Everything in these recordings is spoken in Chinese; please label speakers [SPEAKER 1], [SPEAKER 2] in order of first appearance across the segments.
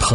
[SPEAKER 1] 他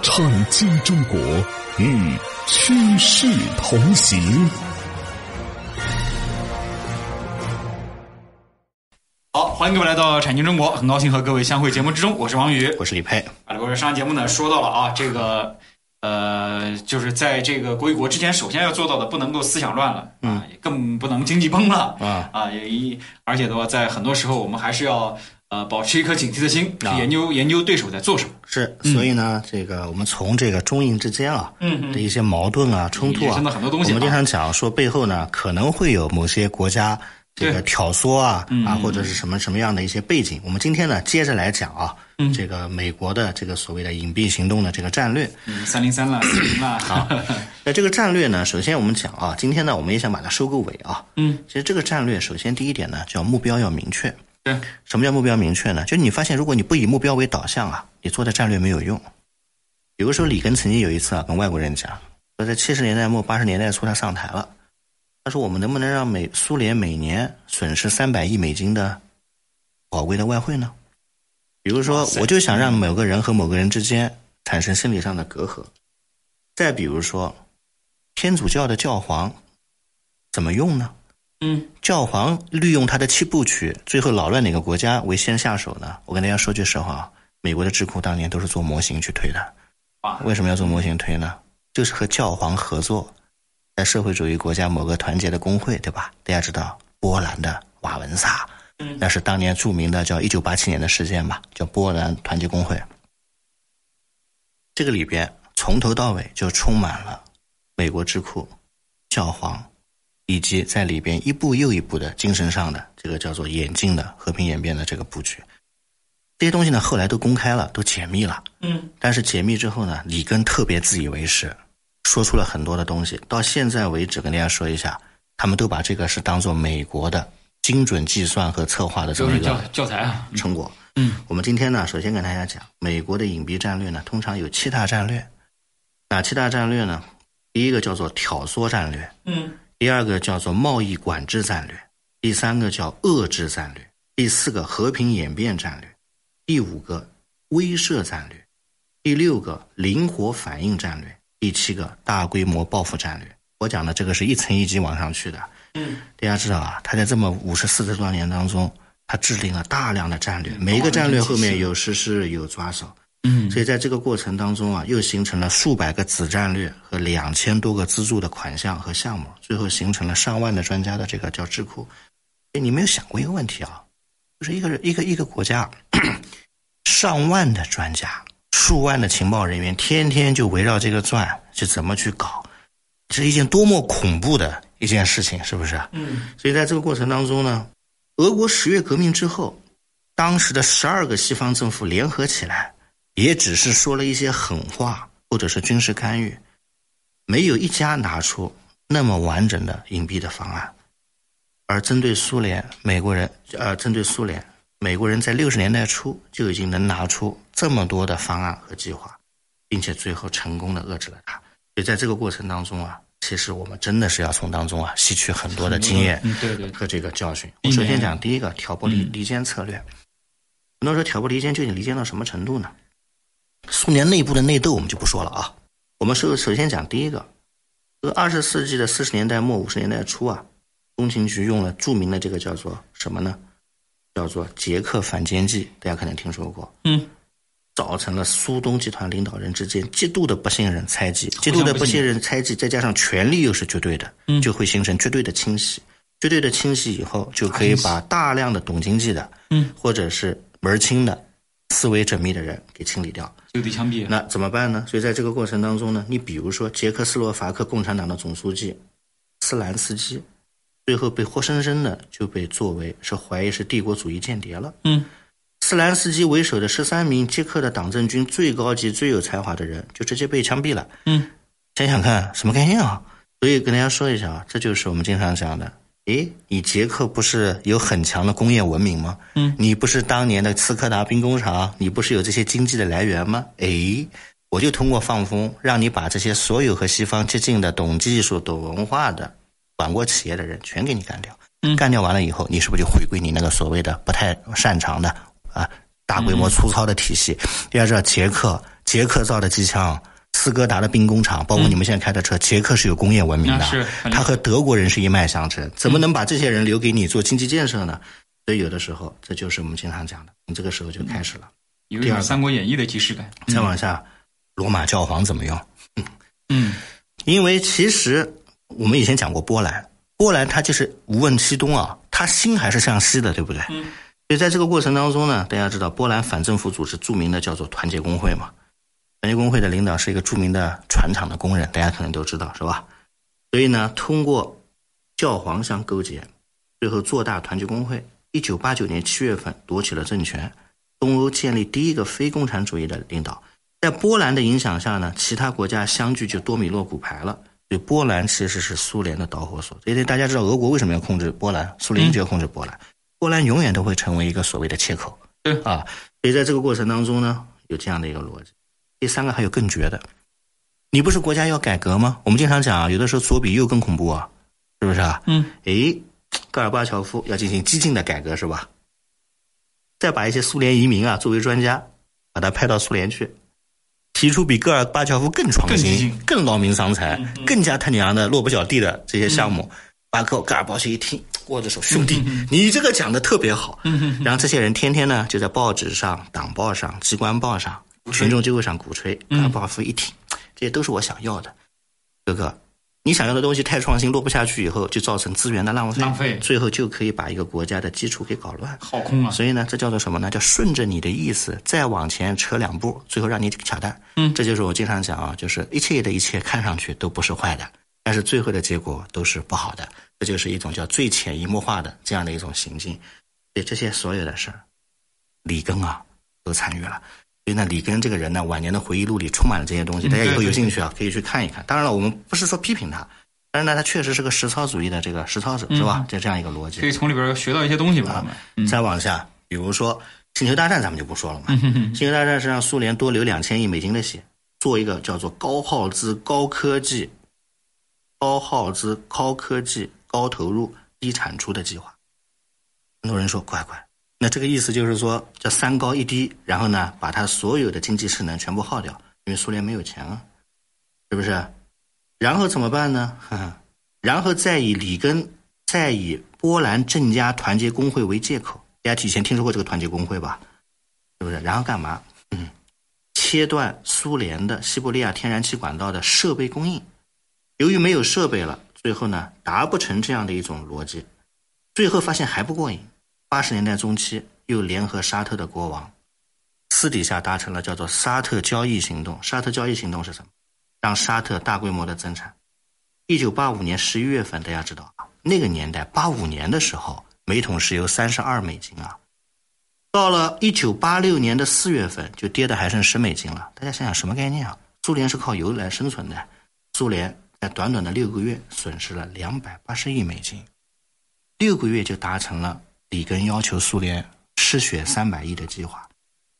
[SPEAKER 1] 创新中国与趋势同行。
[SPEAKER 2] 好，欢迎各位来到《产经中国》，很高兴和各位相会节目之中，我是王宇。
[SPEAKER 3] 我是李佩，
[SPEAKER 2] 啊，我是上节目呢说到了啊，这个呃，就是在这个国与国之前，首先要做到的，不能够思想乱了，
[SPEAKER 3] 嗯
[SPEAKER 2] 啊，也更不能经济崩了，
[SPEAKER 3] 啊
[SPEAKER 2] 也一而且的话，在很多时候我们还是要呃保持一颗警惕的心，去
[SPEAKER 3] 啊
[SPEAKER 2] 研究研究对手在做什么。
[SPEAKER 3] 是，所以呢，这个我们从这个中印之间啊，嗯，的一些矛盾啊、冲突
[SPEAKER 2] 衍
[SPEAKER 3] 啊，
[SPEAKER 2] 生的很多东西啊
[SPEAKER 3] 我们经常讲说背后呢可能会有某些国家这个
[SPEAKER 2] 对嗯
[SPEAKER 3] 挑唆啊啊或者是什么什么样的一些背景。我们今天呢接着来讲啊，
[SPEAKER 2] 嗯
[SPEAKER 3] 这个美国的这个所谓的隐蔽行动的这个战略。
[SPEAKER 2] 嗯，三零 三了，四零了，
[SPEAKER 3] 那这个战略呢，首先我们讲啊，今天呢我们也想把它收个尾啊。
[SPEAKER 2] 嗯，
[SPEAKER 3] 其实这个战略首先第一点呢叫目标要明确。
[SPEAKER 2] 对，
[SPEAKER 3] 什么叫目标明确呢？就你发现，如果你不以目标为导向啊，你做的战略没有用。比如说，里根曾经有一次啊，跟外国人讲，说在七十年代末八十年代初他上台了，他说我们能不能让美苏联每年损失三百亿美金的宝贵的外汇呢？比如
[SPEAKER 2] 哇
[SPEAKER 3] 说，
[SPEAKER 2] 塞
[SPEAKER 3] 我就想让某个人和某个人之间产生心理上的隔阂。再比如说，天主教的教皇怎么用呢？
[SPEAKER 2] 嗯，
[SPEAKER 3] 教皇利用他的七部曲，最后扰乱哪个国家为先下手呢？我跟大家说句实话啊，美国的智库当年都是做模型去推的。
[SPEAKER 2] 哇，
[SPEAKER 3] 为什么要做模型推呢？就是和教皇合作，在社会主义国家某个团结的工会，对吧？大家知道波兰的瓦文萨，那是当年著名的叫一九八七年的事件吧，叫波兰团结工会。这个里边从头到尾就充满了美国智库、教皇，以及在里边一步又一步的精神上的这个叫做演进的和平演变的这个布局。这些东西呢，后来都公开了，都解密了。
[SPEAKER 2] 嗯，
[SPEAKER 3] 但是解密之后呢，里根特别自以为是，说出了很多的东西。到现在为止，跟大家说一下，他们都把这个是当做美国的精准计算和策划的这
[SPEAKER 2] 标
[SPEAKER 3] 么一
[SPEAKER 2] 准教
[SPEAKER 3] 个
[SPEAKER 2] 教材啊，
[SPEAKER 3] 成果。
[SPEAKER 2] 嗯，
[SPEAKER 3] 我们今天呢，首先跟大家讲，美国的隐蔽战略呢，通常有七大战略。哪七大战略呢？第一个叫做挑唆战略，
[SPEAKER 2] 嗯，
[SPEAKER 3] 第二个叫做贸易管制战略，第三个叫遏制战略，第四个和平演变战略，第五个威慑战略，第六个灵活反应战略，第七个大规模报复战略。我讲的这个是一层一级往上去的。
[SPEAKER 2] 嗯，
[SPEAKER 3] 大家知道啊，他在这么五十四十多年当中，他制定了大量的战略，每一个战略后面有实施有抓手。
[SPEAKER 2] 嗯，
[SPEAKER 3] 所以在这个过程当中啊，又形成了数百个子战略和两千多个资助的款项和项目，最后形成了上万的专家的这个叫智库。哎，你没有想过一个问题啊，就是一个一个一个国家，上万的专家、数万的情报人员，天天就围绕这个转，是怎么去搞？这是一件多么恐怖的一件事情，是不是？
[SPEAKER 2] 嗯，
[SPEAKER 3] 所以在这个过程当中呢，俄国十月革命之后，当时的十二个西方政府联合起来，也只是说了一些狠话或者是军事干预，没有一家拿出那么完整的隐蔽的方案。而针对苏联，美国人呃，针对苏联，美国人在六十年代初就已经能拿出这么多的方案和计划，并且最后成功的遏制了它。所以在这个过程当中啊，其实我们真的是要从当中啊吸取很多的经验
[SPEAKER 2] 嗯，对对，对
[SPEAKER 3] 和这个教训。
[SPEAKER 2] 避
[SPEAKER 3] 我
[SPEAKER 2] 免嗯
[SPEAKER 3] 首先讲第一个挑拨离离间策略。很多人说挑拨离间究竟离间到什么程度呢？苏联内部的内斗我们就不说了啊，我们首首先讲第一个，这个二十世纪的四十年代末五十年代初啊，中情局用了著名的这个叫做什么呢？叫做捷克反间计，大家可能听说过。
[SPEAKER 2] 嗯，
[SPEAKER 3] 造成了苏东集团领导人之间极度的不信任、猜忌，极度的
[SPEAKER 2] 不
[SPEAKER 3] 不
[SPEAKER 2] 信
[SPEAKER 3] 信任、猜忌，再加上权力又是绝对的，
[SPEAKER 2] 嗯
[SPEAKER 3] 就会形成绝对的清洗。绝对的清洗以后，就可以把大量的懂经济的，
[SPEAKER 2] 嗯，
[SPEAKER 3] 或者是门儿清的、思维缜密的人给清理掉。
[SPEAKER 2] 就地枪毙，
[SPEAKER 3] 那怎么办呢？所以在这个过程当中呢，你比如说捷克斯洛伐克共产党的总书记斯兰斯基，最后被活生生的就被作为是怀疑是帝国主义间谍了。
[SPEAKER 2] 嗯，
[SPEAKER 3] 斯兰斯基为首的十三名捷克的党政军最高级、最有才华的人，就直接被枪毙了。
[SPEAKER 2] 嗯，
[SPEAKER 3] 想想看，什么概念啊？所以跟大家说一下啊，这就是我们经常讲的。诶，你捷克不是有很强的工业文明吗？
[SPEAKER 2] 嗯，
[SPEAKER 3] 你不是当年的斯柯达兵工厂，你不是有这些经济的来源吗？诶，我就通过放风，让你把这些所有和西方接近的、懂技术、懂文化的、管过企业的人全给你干掉。
[SPEAKER 2] 嗯
[SPEAKER 3] 干掉完了以后，你是不是就回归你那个所谓的不太擅长的啊大规模粗糙的体系？大家知道捷克捷克造的机枪，斯柯达的兵工厂，包括你们现在开的车，捷克是有工业文明
[SPEAKER 2] 那嗯
[SPEAKER 3] 的，
[SPEAKER 2] 啊是很
[SPEAKER 3] 他和德国人是一脉相承，怎么能把这些人留给你做经济建设呢？所以有的时候，这就是我们经常讲的，从这个时候就开始了。
[SPEAKER 2] 有一
[SPEAKER 3] 第二
[SPEAKER 2] 种《
[SPEAKER 3] 个
[SPEAKER 2] 三国演义》的即视感。
[SPEAKER 3] 再往下，罗马教皇怎么样？
[SPEAKER 2] 嗯
[SPEAKER 3] 因为其实我们以前讲过波兰，波兰它就是无问西东啊，它心还是向西的，对不对？
[SPEAKER 2] 嗯。
[SPEAKER 3] 所以在这个过程当中呢，大家知道波兰反政府组织著名的叫做团结工会嘛，团结工会的领导是一个著名的船厂的工人，大家可能都知道是吧？所以呢，通过教皇相勾结，最后做大团结工会。一九八九年七月份夺取了政权，东欧建立第一个非共产主义的领导。在波兰的影响下呢，其他国家相继就多米诺骨牌了。所以波兰其实是苏联的导火索。所以大家知道俄国为什么要控制波兰，苏联就要控制波兰，波兰永远都会成为一个所谓的切口。
[SPEAKER 2] 对
[SPEAKER 3] 啊，所以在这个过程当中呢，有这样的一个逻辑。第三个还有更绝的，你不是国家要改革吗？我们经常讲啊，有的时候左比右更恐怖啊，是不是啊？
[SPEAKER 2] 嗯，
[SPEAKER 3] 诶，戈尔巴乔夫要进行激进的改革是吧？再把一些苏联移民啊作为专家，把他派到苏联去，提出比戈尔巴乔夫更创
[SPEAKER 2] 更激
[SPEAKER 3] 新
[SPEAKER 2] 进、
[SPEAKER 3] 更劳民伤财
[SPEAKER 2] 嗯、嗯嗯
[SPEAKER 3] 更加他娘的落不脚地的这些项目。巴克戈尔巴乔夫一听，握着手，兄弟，你这个讲的特别好。
[SPEAKER 2] 嗯
[SPEAKER 3] 然后这些人天天呢就在报纸上、党报上、机关报上、
[SPEAKER 2] 吹
[SPEAKER 3] 群众机会上鼓吹。戈
[SPEAKER 2] 嗯
[SPEAKER 3] 尔巴乔夫一听，这些都是我想要的，哥哥。你想要的东西太创新落不下去以后，就造成资源的浪费，
[SPEAKER 2] 浪费
[SPEAKER 3] 最后就可以把一个国家的基础给搞乱。
[SPEAKER 2] 耗空了。
[SPEAKER 3] 所以呢，这叫做什么呢？叫顺着你的意思再往前扯两步，最后让你卡蛋。
[SPEAKER 2] 嗯
[SPEAKER 3] 这就是我经常讲啊，就是一切的一切看上去都不是坏的，但是最后的结果都是不好的。这就是一种叫最潜移默化的这样的一种行径。对这些所有的事儿，里根啊都参与了。所以呢，里根这个人呢，晚年的回忆录里充满了这些东西，
[SPEAKER 2] 嗯
[SPEAKER 3] 大家以后
[SPEAKER 2] 对
[SPEAKER 3] 有兴趣啊，可以去看一看。当然了，我们不是说批评他，但是呢，他确实是个实操主义的这个实操者，
[SPEAKER 2] 嗯
[SPEAKER 3] 是吧？就这样一个逻辑
[SPEAKER 2] 可。以从里边学到一些东西
[SPEAKER 3] 啊
[SPEAKER 2] 吧。我们嗯
[SPEAKER 3] 再往下，比如说星球大战，咱们就不说了嘛。
[SPEAKER 2] 哼哼
[SPEAKER 3] 星球大战是让苏联多留两千亿美金的血，做一个叫做高耗资、高科技、高耗资、高科技、高投入、低产出的计划。很多人说乖乖，那这个意思就是说叫三高一低，然后呢，把它所有的经济势能全部耗掉，因为苏联没有钱啊，是不是？然后怎么办呢？ 哈哈，然后再以里根，再以波兰镇压团结工会为借口，大家以前听说过这个团结工会吧？是不是？然后干嘛？嗯，切断苏联的西伯利亚天然气管道的设备供应。由于没有设备了，最后呢达不成这样的一种逻辑，最后发现还不过瘾。八十年代中期，又联合沙特的国王，私底下达成了叫做沙特交易行动。沙特交易行动是什么？让沙特大规模的增产。一九八五年十一月份，大家知道啊，那个年代八五年的时候，每桶石油三十二美金啊，到了一九八六年的四月份，就跌的还剩十美金了。大家想想什么概念啊？苏联是靠油来生存的，苏联在短短的六个月损失了两百八十亿美金，六个月就达成了里根要求苏联失血三百亿的计划。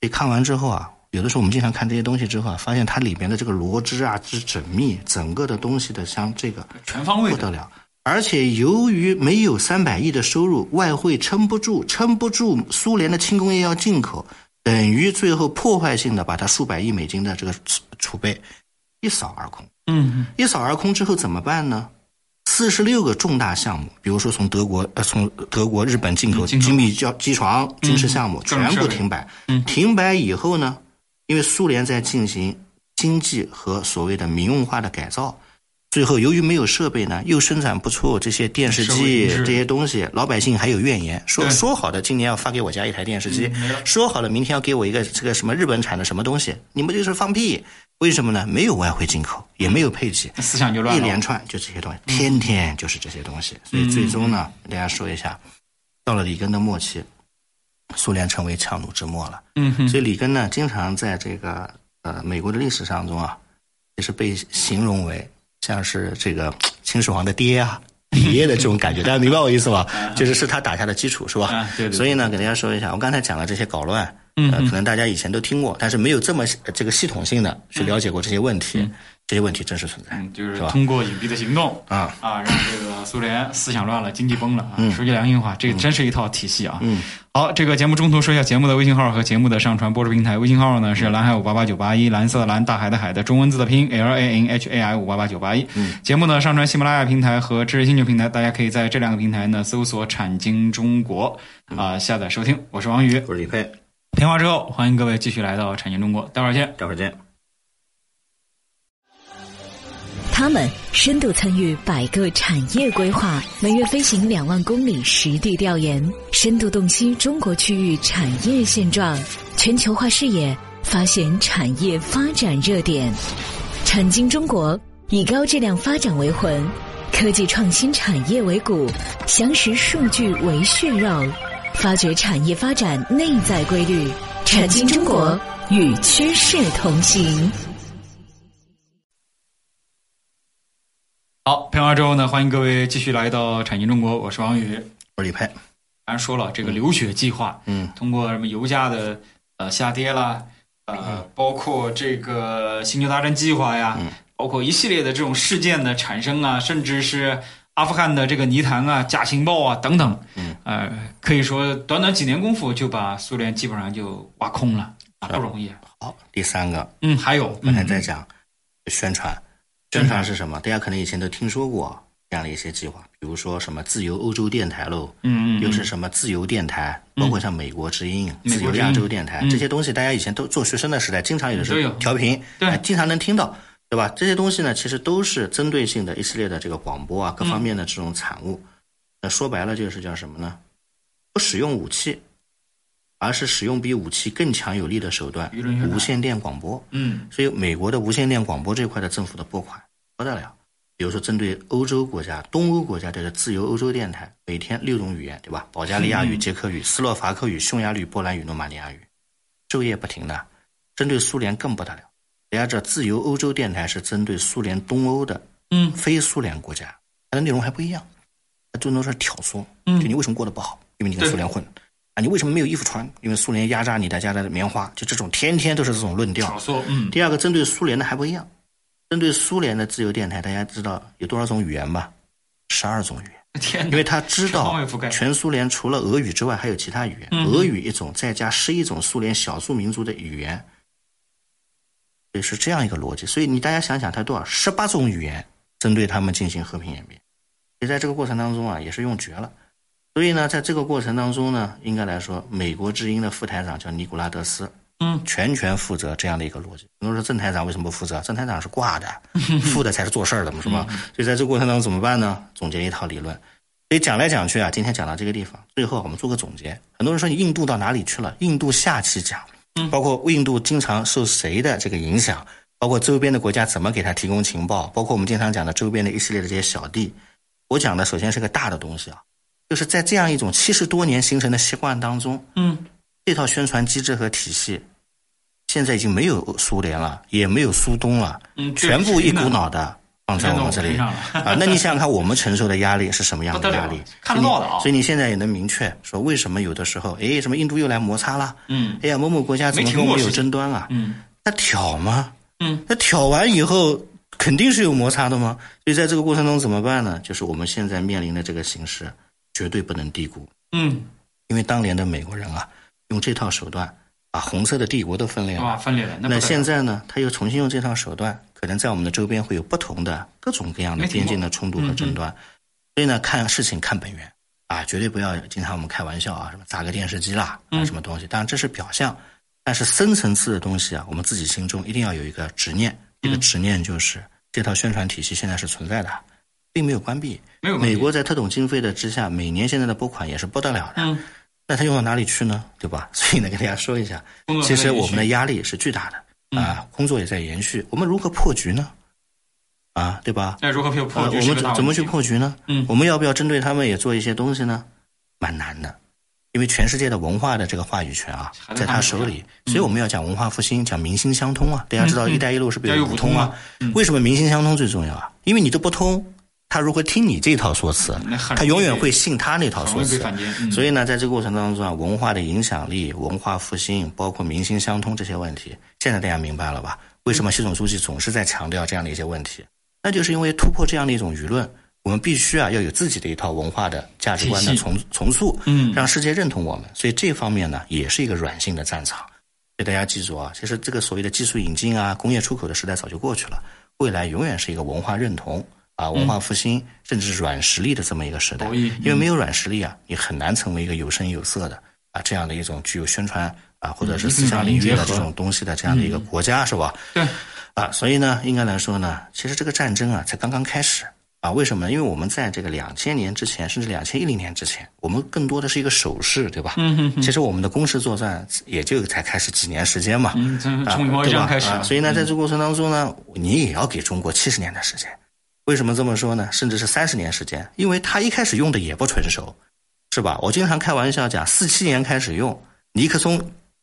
[SPEAKER 3] 所以看完之后啊，有的时候我们经常看这些东西之后啊，发现它里边的这个逻辑啊之缜密，整个的东西的像这个
[SPEAKER 2] 全方位
[SPEAKER 3] 不
[SPEAKER 2] 的
[SPEAKER 3] 得了。而且由于没有三百亿的收入，外汇撑不住，撑不住苏联的轻工业要进口，等于最后破坏性的把它数百亿美金的这个储储备一扫而空。
[SPEAKER 2] 嗯，
[SPEAKER 3] 一扫而空之后怎么办呢？四十六个重大项目，比如说从德国呃从德国、日本进口
[SPEAKER 2] 进口嗯
[SPEAKER 3] 精密教机床、军事项目、
[SPEAKER 2] 各种
[SPEAKER 3] 全部
[SPEAKER 2] 设备
[SPEAKER 3] 停摆。
[SPEAKER 2] 嗯
[SPEAKER 3] 停摆以后呢，因为苏联在进行经济和所谓的民用化的改造，最后由于没有设备呢，又生产不出这些电视
[SPEAKER 2] 社会
[SPEAKER 3] 机
[SPEAKER 2] 停滞
[SPEAKER 3] 这些东西，老百姓还有怨言，说
[SPEAKER 2] 对
[SPEAKER 3] 说好的今年要发给我家一台电视机，
[SPEAKER 2] 嗯没了
[SPEAKER 3] 说好了明天要给我一个这个什么日本产的什么东西，你们这是放屁！为什么呢？没有外汇进口，也没有配给，
[SPEAKER 2] 那思想就乱
[SPEAKER 3] 一
[SPEAKER 2] 了嗯
[SPEAKER 3] 连。串就这些东西，天天就是这些东西。所以最终呢，跟大家说一下，到了里根的末期，苏联成为强弩之末了。
[SPEAKER 2] 嗯哼，
[SPEAKER 3] 所以里根呢，经常在这个呃美国的历史上中啊，也是被形容为像是这个秦始皇的 爹啊、爷爷的这种感觉，大家明白我意思吧？就是是他打下的基础，是吧？
[SPEAKER 2] 啊对对对
[SPEAKER 3] 所以呢，给大家说一下，我刚才讲了这些搞乱，
[SPEAKER 2] 嗯
[SPEAKER 3] 呃，可能大家以前都听过，但是没有这么呃这个系统性的去了解过这些问题，这些问题真实存在。
[SPEAKER 2] 嗯，就是
[SPEAKER 3] 是吧
[SPEAKER 2] 通过隐蔽的行动
[SPEAKER 3] 啊嗯
[SPEAKER 2] 啊，让这个苏联思想乱了，经济崩了啊。说句良心话，这真是一套体系啊。嗯，好，这个节目中途说一下节目的微信号和节目的上传播出平台。微信号呢是蓝海五八八九八一，蓝色的蓝，大海的海的中文字的拼 L A N H A I 五八八九八一。
[SPEAKER 3] 嗯
[SPEAKER 2] 节目呢上传喜马拉雅平台和知识星球平台，大家可以在这两个平台呢搜索“产经中国”啊、下载收听。我是王宇，
[SPEAKER 3] 我是李佩，
[SPEAKER 2] 片花之后欢迎各位继续来到“产经中国”，待会儿见。
[SPEAKER 3] 待会儿见。
[SPEAKER 4] 他们深度参与百个产业规划，每月飞行两万公里实地调研，深度洞悉中国区域产业现状，全球化视野，发现产业发展热点。产经中国以高质量发展为魂，科技创新产业为骨，详实数据为血肉，发掘产业发展内在规律。产经中国与趋势同行。
[SPEAKER 2] 好，片花之后呢，欢迎各位继续来到“产经中国”，我是王宇。
[SPEAKER 3] 我是李佩，
[SPEAKER 2] 刚才说了，这个留学计划，
[SPEAKER 3] 嗯，
[SPEAKER 2] 通过什么油价的呃下跌啦，呃，
[SPEAKER 3] 嗯
[SPEAKER 2] 包括这个星球大战计划呀，包括一系列的这种事件的产生啊，甚至是阿富汗的这个泥潭啊、假情报啊等等，
[SPEAKER 3] 嗯，
[SPEAKER 2] 呃，可以说短短几年功夫就把苏联基本上就挖空了，啊，
[SPEAKER 3] 是
[SPEAKER 2] 不容易。
[SPEAKER 3] 好，第三个
[SPEAKER 2] 嗯，还有，
[SPEAKER 3] 刚才
[SPEAKER 2] 嗯，
[SPEAKER 3] 在讲宣传，宣传是什么？大家可能以前都听说过这样的一些计划，比如说什么自由欧洲电台喽，
[SPEAKER 2] 嗯嗯嗯嗯
[SPEAKER 3] 又是什么自由电台，包括像美国之音、
[SPEAKER 2] 美
[SPEAKER 3] 自
[SPEAKER 2] 国
[SPEAKER 3] 由
[SPEAKER 2] 之音
[SPEAKER 3] 亚洲电台
[SPEAKER 2] 嗯
[SPEAKER 3] 这些东西，大家以前都做学生的时代，经常有的时
[SPEAKER 2] 都有
[SPEAKER 3] 候调频，
[SPEAKER 2] 对
[SPEAKER 3] 哎经常能听到。对吧？这些东西呢，其实都是针对性的一系列的这个广播啊，各
[SPEAKER 2] 嗯
[SPEAKER 3] 方面的这种产物。那说白了就是叫什么呢？不使用武器，而是使用比武器更强有力的手段
[SPEAKER 2] 舆论宣，传
[SPEAKER 3] 无线电广播。
[SPEAKER 2] 嗯
[SPEAKER 3] 所以美国的无线电广播这块的政府的拨款不得了。比如说，针对欧洲国家、东欧国家这个自由欧洲电台，每天六种语言，对吧？保加利亚
[SPEAKER 2] 嗯
[SPEAKER 3] 语、捷克语、斯洛伐克语、匈牙利语、波兰语、罗马尼亚语，昼夜不停的。针对苏联更不得了，人家这自由欧洲电台是针对苏联东欧的
[SPEAKER 2] 嗯
[SPEAKER 3] 非苏联国家，它的内容还不一样，它最多是挑唆，
[SPEAKER 2] 嗯
[SPEAKER 3] 就你为什么过得不好？因为你跟
[SPEAKER 2] 对
[SPEAKER 3] 苏联混啊，你为什么没有衣服穿？因为苏联压榨你的家的棉花，就这种天天都是这种论调
[SPEAKER 2] 少。说，嗯
[SPEAKER 3] 第二个，针对苏联的还不一样，针对苏联的自由电台，大家知道有多少种语言吧？十二种语言，
[SPEAKER 2] 天
[SPEAKER 3] 因为他知
[SPEAKER 2] 全方
[SPEAKER 3] 道
[SPEAKER 2] 位覆盖嗯
[SPEAKER 3] 全苏联除了俄语之外还有其他语言，俄语一种，再加十一种苏联少数民族的语言，所以是这样一个逻辑。所以你大家想想，它多少十八种语言针对他们进行和平演变，所以在这个过程当中啊，也是用绝了。所以呢，在这个过程当中呢，应该来说，美国之音的副台长叫尼古拉德斯，
[SPEAKER 2] 嗯，
[SPEAKER 3] 全权负责这样的一个逻辑。很多人说郑台长为什么不负责？郑台长是挂的， 副的才是做事儿的嘛，是吧？
[SPEAKER 2] 嗯
[SPEAKER 3] 所以在这个过程当中怎么办呢？总结一套理论。所以讲来讲去啊，今天讲到这个地方，最后我们做个总结。很多人说你印度到哪里去了？印度下期讲，包括印度经常受谁的这个影响，包括周边的国家怎么给他提供情报，包括我们经常讲的周边的一系列的这些小弟。我讲的首先是个大的东西啊，就是在这样一种七十多年形成的习惯当中，
[SPEAKER 2] 嗯，
[SPEAKER 3] 这套宣传机制和体系，现在已经没有苏联了，也没有苏东了，
[SPEAKER 2] 嗯
[SPEAKER 3] 全部一股
[SPEAKER 2] 这是
[SPEAKER 3] 脑的放在我们这里
[SPEAKER 2] 全到我
[SPEAKER 3] 啊
[SPEAKER 2] 们身！
[SPEAKER 3] 那你想想看，我们承受的压力是什么样
[SPEAKER 2] 不
[SPEAKER 3] 的
[SPEAKER 2] 得了
[SPEAKER 3] 压力？
[SPEAKER 2] 看得到的啊
[SPEAKER 3] 所以你现在也能明确说，为什么有的时候，哎，什么印度又来摩擦了？
[SPEAKER 2] 嗯
[SPEAKER 3] 哎呀，某某国家怎么
[SPEAKER 2] 没
[SPEAKER 3] 跟
[SPEAKER 2] 停
[SPEAKER 3] 我
[SPEAKER 2] 过
[SPEAKER 3] 们有
[SPEAKER 2] 事情
[SPEAKER 3] 争端啊？
[SPEAKER 2] 嗯
[SPEAKER 3] 那挑吗？
[SPEAKER 2] 嗯，
[SPEAKER 3] 那挑完以后肯定是有摩擦的嘛。所以在这个过程中怎么办呢？就是我们现在面临的这个形势，绝对不能低估。
[SPEAKER 2] 嗯，
[SPEAKER 3] 因为当年的美国人啊，用这套手段把红色的帝国都分裂
[SPEAKER 2] 哇，
[SPEAKER 3] 了。
[SPEAKER 2] 分裂了，那不得
[SPEAKER 3] 那
[SPEAKER 2] 了
[SPEAKER 3] 现在呢，他又重新用这套手段，可能在我们的周边会有不同的各种各样的
[SPEAKER 2] 没嗯听
[SPEAKER 3] 边
[SPEAKER 2] 过
[SPEAKER 3] 境的冲突和争端。所以呢，看事情看本源啊，绝对不要经常我们开玩笑啊，什么砸个电视机啦，
[SPEAKER 2] 嗯
[SPEAKER 3] 啊什么东西。当然这是表象，但是深层次的东西啊，我们自己心中一定要有一个执念。这个
[SPEAKER 2] 嗯
[SPEAKER 3] 执念就是这套宣传体系现在是存在的，并没有关闭。
[SPEAKER 2] 没有问题
[SPEAKER 3] 美国在特种经费的之下，每年现在的拨款也是不得了的。
[SPEAKER 2] 嗯
[SPEAKER 3] 那它用到哪里去呢？对吧？所以呢，跟大家说一下
[SPEAKER 2] 工作，还在
[SPEAKER 3] 其实
[SPEAKER 2] 延续嗯
[SPEAKER 3] 我们的压力是巨大的啊，工作也在延续。我们如何破局呢？啊，对吧？
[SPEAKER 2] 那如何破
[SPEAKER 3] 呃
[SPEAKER 2] 破局
[SPEAKER 3] 我
[SPEAKER 2] 是
[SPEAKER 3] 们
[SPEAKER 2] 个大
[SPEAKER 3] 怎么
[SPEAKER 2] 问
[SPEAKER 3] 去
[SPEAKER 2] 题
[SPEAKER 3] 破局呢？
[SPEAKER 2] 嗯
[SPEAKER 3] 我们要不要针对他们也做一些东西呢？蛮难的。因为全世界的文化的这个话语权啊，
[SPEAKER 2] 还在
[SPEAKER 3] 在
[SPEAKER 2] 他
[SPEAKER 3] 他
[SPEAKER 2] 们
[SPEAKER 3] 手
[SPEAKER 2] 手
[SPEAKER 3] 里，所以我们要讲文化复兴，讲民心相通啊。大家知道“
[SPEAKER 2] 嗯
[SPEAKER 3] 一带一路”是不是
[SPEAKER 2] 要
[SPEAKER 3] 有
[SPEAKER 2] 有
[SPEAKER 3] 五
[SPEAKER 2] 五
[SPEAKER 3] 通
[SPEAKER 2] 通啊？
[SPEAKER 3] 啊
[SPEAKER 2] 嗯
[SPEAKER 3] 为什么民心相通最重要啊？因为你都不通，他如何听你这套说辞
[SPEAKER 2] 那，很容易
[SPEAKER 3] 他永远会信他那套
[SPEAKER 2] 很
[SPEAKER 3] 说
[SPEAKER 2] 容易被
[SPEAKER 3] 辞。
[SPEAKER 2] 反间。嗯
[SPEAKER 3] 所以呢，在这个过程当中啊，文化的影响力、文化复兴，包括民心相通这些问题，现在大家明白了吧？为什么习总书记总是在强调这样的一些问题？那就是因为突破这样的一种舆论，我们必须啊要有自己的一套文化的价值观的
[SPEAKER 2] 体系
[SPEAKER 3] 重重塑，
[SPEAKER 2] 嗯
[SPEAKER 3] 让世界认同我们。所以这方面呢，也是一个软性的战场。所以大家记住啊，其实这个所谓的技术引进啊、工业出口的时代早就过去了，未来永远是一个文化认同啊、文化复兴，甚至软实力的这么一个时代。
[SPEAKER 2] 博嗯弈嗯
[SPEAKER 3] 因为没有软实力啊，你很难成为一个有声有色的啊这样的一种具有宣传啊或
[SPEAKER 2] 嗯
[SPEAKER 3] 者是思想领域的这种东西的这样的一个国家，是吧？
[SPEAKER 2] 对，
[SPEAKER 3] 啊，所以呢，应该来说呢，其实这个战争啊才刚刚开始啊。为什么呢？因为我们在这个两千年之前，甚至两千一零年之前，我们更多的是一个守势，对吧？嗯
[SPEAKER 2] 哼
[SPEAKER 3] 其实我们的攻势作战也就才开始几年时间嘛。
[SPEAKER 2] 嗯，从
[SPEAKER 3] 啊，
[SPEAKER 2] 从羽毛
[SPEAKER 3] 对
[SPEAKER 2] 战
[SPEAKER 3] 吧？
[SPEAKER 2] 开始
[SPEAKER 3] 啊。所以呢，在这个过程当中呢，你也要给中国七十年的时间。为什么这么说呢？甚至是三十年时间，因为他一开始用的也不成熟，是吧？我经常开玩笑讲，四七年开始用，尼克松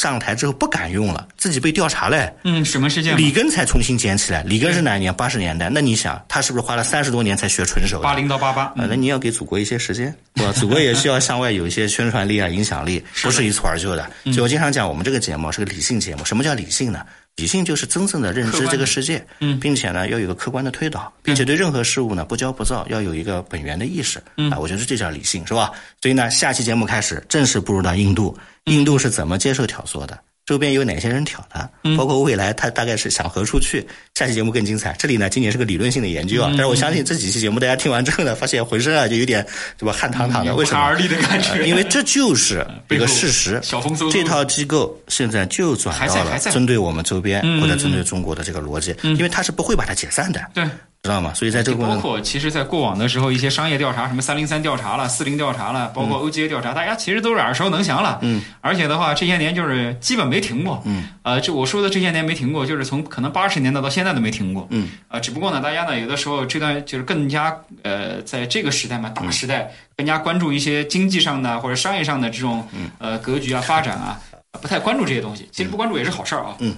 [SPEAKER 3] 上台之后不敢用了，自己被调查嘞。
[SPEAKER 2] 嗯，什么事件嘛？
[SPEAKER 3] 里根才重新捡起来，里根是哪一年？八十年代。那你想，他是不是花了三十多年才学纯熟的？
[SPEAKER 2] 八零到八八，
[SPEAKER 3] 啊，那你要给祖国一些时间， 对吧？祖国也需要向外有一些宣传力啊、影响力，不是一蹴而就的。
[SPEAKER 2] 嗯
[SPEAKER 3] 所以我经常讲，我们这个节目是个理性节目。什么叫理性呢？理性就是真正的认
[SPEAKER 2] 客
[SPEAKER 3] 知
[SPEAKER 2] 观
[SPEAKER 3] 这个
[SPEAKER 2] 的
[SPEAKER 3] 世界，并且呢要有一个客观的推导，并且对任何事物呢不骄不躁，要有一个本源的意识。啊，我觉得这叫理性，是吧？所以呢，下期节目开始正式步入到印度，印度是怎么接受挑唆的？周边有哪些人挑的？包括未来他大概是想何处去？下期节目更精彩。这里呢，今年是个理论性的研究啊，但是我相信这几期节目大家听完之后呢，发现浑身啊就有点对吧汗淌淌的，为什
[SPEAKER 2] 不寒
[SPEAKER 3] 么
[SPEAKER 2] 而？栗的感觉，
[SPEAKER 3] 呃因为这就是一
[SPEAKER 2] 背后
[SPEAKER 3] 个事实。
[SPEAKER 2] 小风嗖嗖
[SPEAKER 3] 这套机构现在就转
[SPEAKER 2] 还
[SPEAKER 3] 到
[SPEAKER 2] 在
[SPEAKER 3] 了
[SPEAKER 2] 还在嗯
[SPEAKER 3] 针对我们周边或者针对中国的这个逻辑，因为它是不会把它解散的，
[SPEAKER 2] 对。
[SPEAKER 3] 知道吗？所以在这个
[SPEAKER 2] 嗯
[SPEAKER 3] 过
[SPEAKER 2] 包
[SPEAKER 3] 程中，
[SPEAKER 2] 括其实，在过往的时候，一些商业调查，什么三零三调查了、四零调查
[SPEAKER 3] 嗯
[SPEAKER 2] 了，包括 OGA 调查，大家其实都是耳熟能详了。嗯，而且的话，这些年就是基本没停过。嗯，呃，这我说的这些年没停过，就是从可能八十年代到现在都没停过。嗯，啊，只不过呢，大家呢有的时候这段就是更加呃，在这个时
[SPEAKER 3] 嗯
[SPEAKER 2] 代嘛，大时代更加关注一些经济上的或者商业上的这种
[SPEAKER 3] 嗯
[SPEAKER 2] 呃格局啊、发展啊，不太关注这些东西。其实不关注也是好事儿啊。
[SPEAKER 3] 嗯。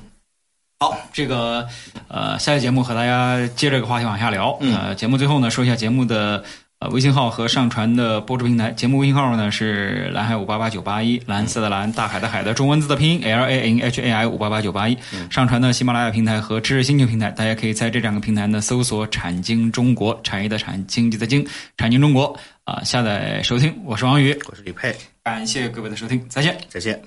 [SPEAKER 2] 好，这个呃，下期节目和大家接这个话题往下聊。
[SPEAKER 3] 嗯
[SPEAKER 2] 呃，节目最后呢，说一下节目的呃微信号和上传的播出平台。节目微信号呢是蓝海五八八九八一，蓝色的蓝，大海的海的中文字的拼音 L A N H A I 五八八九八一。上传的喜马拉雅平台和知识星球平台，大家可以在这两个平台呢搜索“产经中国”，产业的产，经济的经，产经中国啊、下载收听。我是王宇，
[SPEAKER 3] 我是李佩，
[SPEAKER 2] 感谢各位的收听，再见。
[SPEAKER 3] 再见。